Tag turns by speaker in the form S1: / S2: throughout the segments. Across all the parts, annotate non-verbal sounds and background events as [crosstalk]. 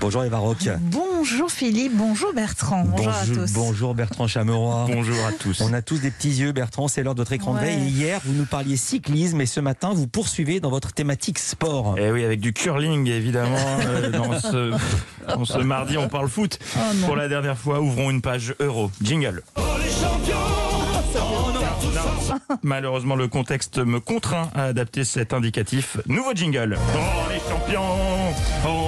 S1: Bonjour les Baroques.
S2: Bonjour Philippe, bonjour Bertrand, bonjour, à tous.
S1: bonjour Bertrand Chameroy.
S3: Bonjour à tous.
S1: On a tous des petits yeux, Bertrand, c'est l'heure de votre écran de
S2: Ouais.
S1: veille. Hier, vous nous parliez cyclisme et ce matin, vous poursuivez dans votre thématique sport.
S3: Eh oui, avec du curling, évidemment.
S2: [laughs]
S3: euh, dans, ce, dans ce mardi, on parle foot.
S2: Oh non.
S3: Pour la dernière fois, ouvrons une page euro. Jingle. Ah, Malheureusement, le contexte me contraint à adapter cet indicatif. Nouveau jingle. On est Oh, champions,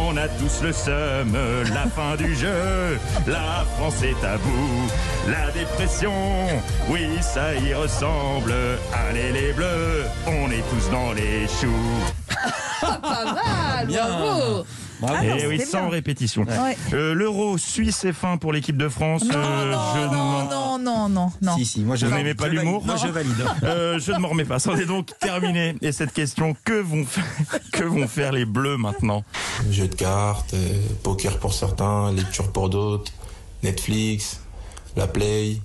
S3: on a tous le seum, la fin du jeu, la France est à bout, la dépression, oui, ça y ressemble. Allez les bleus, on est tous dans les choux.
S2: Ah, bravo
S1: Bravo.
S2: Ah non,
S3: Eh oui,
S2: c'était
S3: sans
S2: bien.
S3: répétition.
S2: Ouais.
S3: Euh, L'euro suit ses fins pour l'équipe de France.
S2: Non,
S3: Euh, je
S2: non,
S3: ne m'en-
S2: non, non, non, non, non. Ah
S1: Si, si, moi je
S3: Vous
S1: valide.
S3: n'aimez pas
S1: Je valide.
S3: l'humour
S1: Moi je valide.
S3: Euh, je ne m'en remets pas. C'en est donc terminé. Et cette question, que vont, faire- [laughs] que vont faire les Bleus maintenant
S4: Jeux de cartes, euh, poker pour certains, lecture pour d'autres, Netflix, la Play.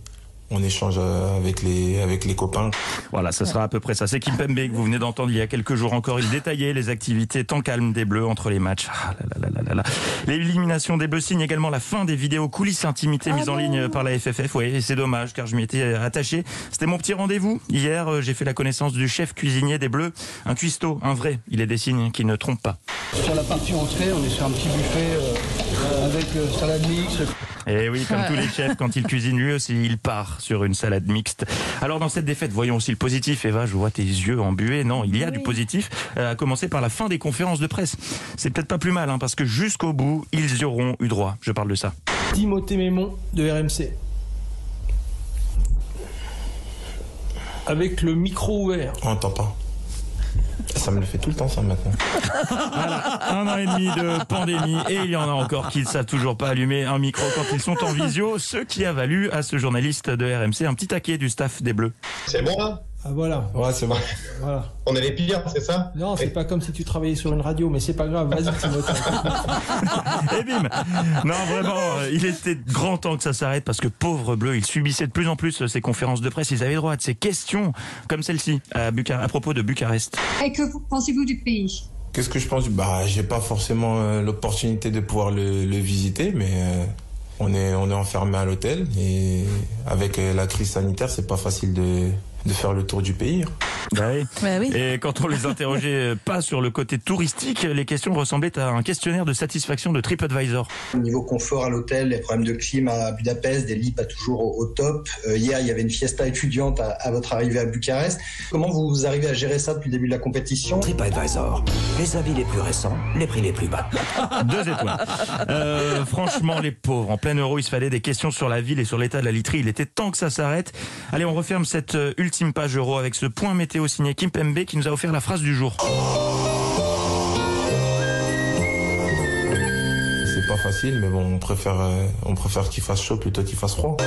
S4: On échange euh, avec les, avec les copains.
S3: Voilà, ce sera à peu près ça. C'est Kim Pembe que vous venez d'entendre il y a quelques jours encore. Il détaillait les activités temps calme des Bleus entre les matchs. Ah, là, là, là, là, là. L'élimination des Bleus signe également la fin des vidéos coulisses intimité mises en ligne par la FFF. Oui, et c'est dommage car je m'y étais euh, attaché. C'était mon petit rendez-vous. Hier, euh, j'ai fait la connaissance du chef cuisinier des Bleus. Un cuistot, un vrai. Il est des signes qui ne trompent pas.
S5: Sur la partie entrée, on est sur un petit buffet euh, avec euh, salade mixte,
S3: Et Eh oui, comme tous les chefs, quand il cuisine lui aussi, il part sur une salade mixte. Alors dans cette défaite, voyons aussi le positif. Eva, je vois tes yeux embués. Non, il y a du positif, euh, à commencer par la fin des conférences de presse. C'est peut-être pas plus mal, hein, parce que jusqu'au bout, ils y auront eu droit. Je parle de ça.
S6: Timothée Mémon de RMC. Avec le micro ouvert.
S4: On n'entend pas. Ça me le fait tout le temps, ça, maintenant.
S3: Un an et demi de pandémie, et il y en a encore qui ne savent toujours pas allumer un micro quand ils sont en visio, ce qui a valu à ce journaliste de RMC un petit taquet du staff des Bleus.
S7: C'est bon là
S6: Ah voilà,
S4: Ouais, c'est bon.
S6: voilà.
S7: On est les pires, c'est ça
S6: Non, c'est
S7: Et-
S6: pas comme si tu travaillais sur une radio, mais c'est pas grave, vas-y Timothée.
S3: Et bim Non, [laughs] vraiment, euh, il était grand temps que ça s'arrête parce que pauvre bleu, il subissait de plus en plus euh, ces conférences de presse. Ils avaient droit à de ces questions comme celle-ci à, Buca- à propos de Bucarest.
S8: Et que pensez-vous du pays
S4: Qu'est-ce que je pense Bah, j'ai pas forcément euh, l'opportunité de pouvoir le, le visiter, mais euh, on est, on est enfermé à l'hôtel et avec euh, la crise sanitaire, c'est pas facile de, de faire le tour du pays. hein.
S3: Bah oui.
S2: Bah oui.
S3: Et quand on les interrogeait euh, pas sur le côté touristique, les questions ressemblaient à un questionnaire de satisfaction de TripAdvisor.
S9: Au niveau confort à l'hôtel, les problèmes de clim à Budapest, des lits pas toujours au, au top. Euh, hier, il y avait une fiesta étudiante à, à votre arrivée à Bucarest. Comment vous arrivez à gérer ça depuis le début de la compétition
S10: TripAdvisor, les avis les plus récents, les prix les plus bas.
S3: Deux étoiles. Euh, franchement, les pauvres, en plein euro, il se fallait des questions sur la ville et sur l'état de la literie. Il était temps que ça s'arrête. Allez, on referme cette euh, ultime page euro avec ce point météo signé Kim Pembe qui nous a offert la phrase du jour.
S4: C'est pas facile, mais bon, on préfère, euh, on préfère qu'il fasse chaud plutôt qu'il fasse froid.
S3: Eh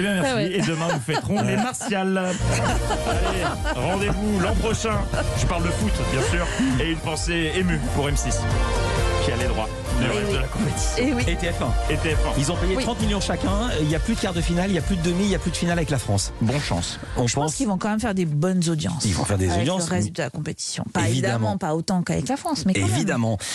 S3: bien, merci.
S2: Ah ouais.
S3: Et demain, nous fêterons les martiales. Allez, rendez-vous l'an prochain. Je parle de foot, bien sûr. Et une pensée émue pour M6, qui allait droit le
S2: Eh
S3: reste
S2: oui.
S3: de la compétition.
S2: Et oui.
S1: Et TF1.
S3: Et TF1.
S1: Ils ont payé
S2: Oui.
S1: 30 millions chacun. Il n'y a plus de quart de finale, il n'y a plus de demi, il n'y a plus de finale avec la France.
S3: Bon chance.
S1: On
S2: Je pense qu'ils vont quand même faire des bonnes audiences.
S1: Ils vont faire des
S2: avec
S1: audiences,
S2: Le
S1: mais-
S2: reste de la compétition. Pas
S1: Évidemment.
S2: évidemment, pas autant qu'avec la France, mais quand même.
S1: Évidemment.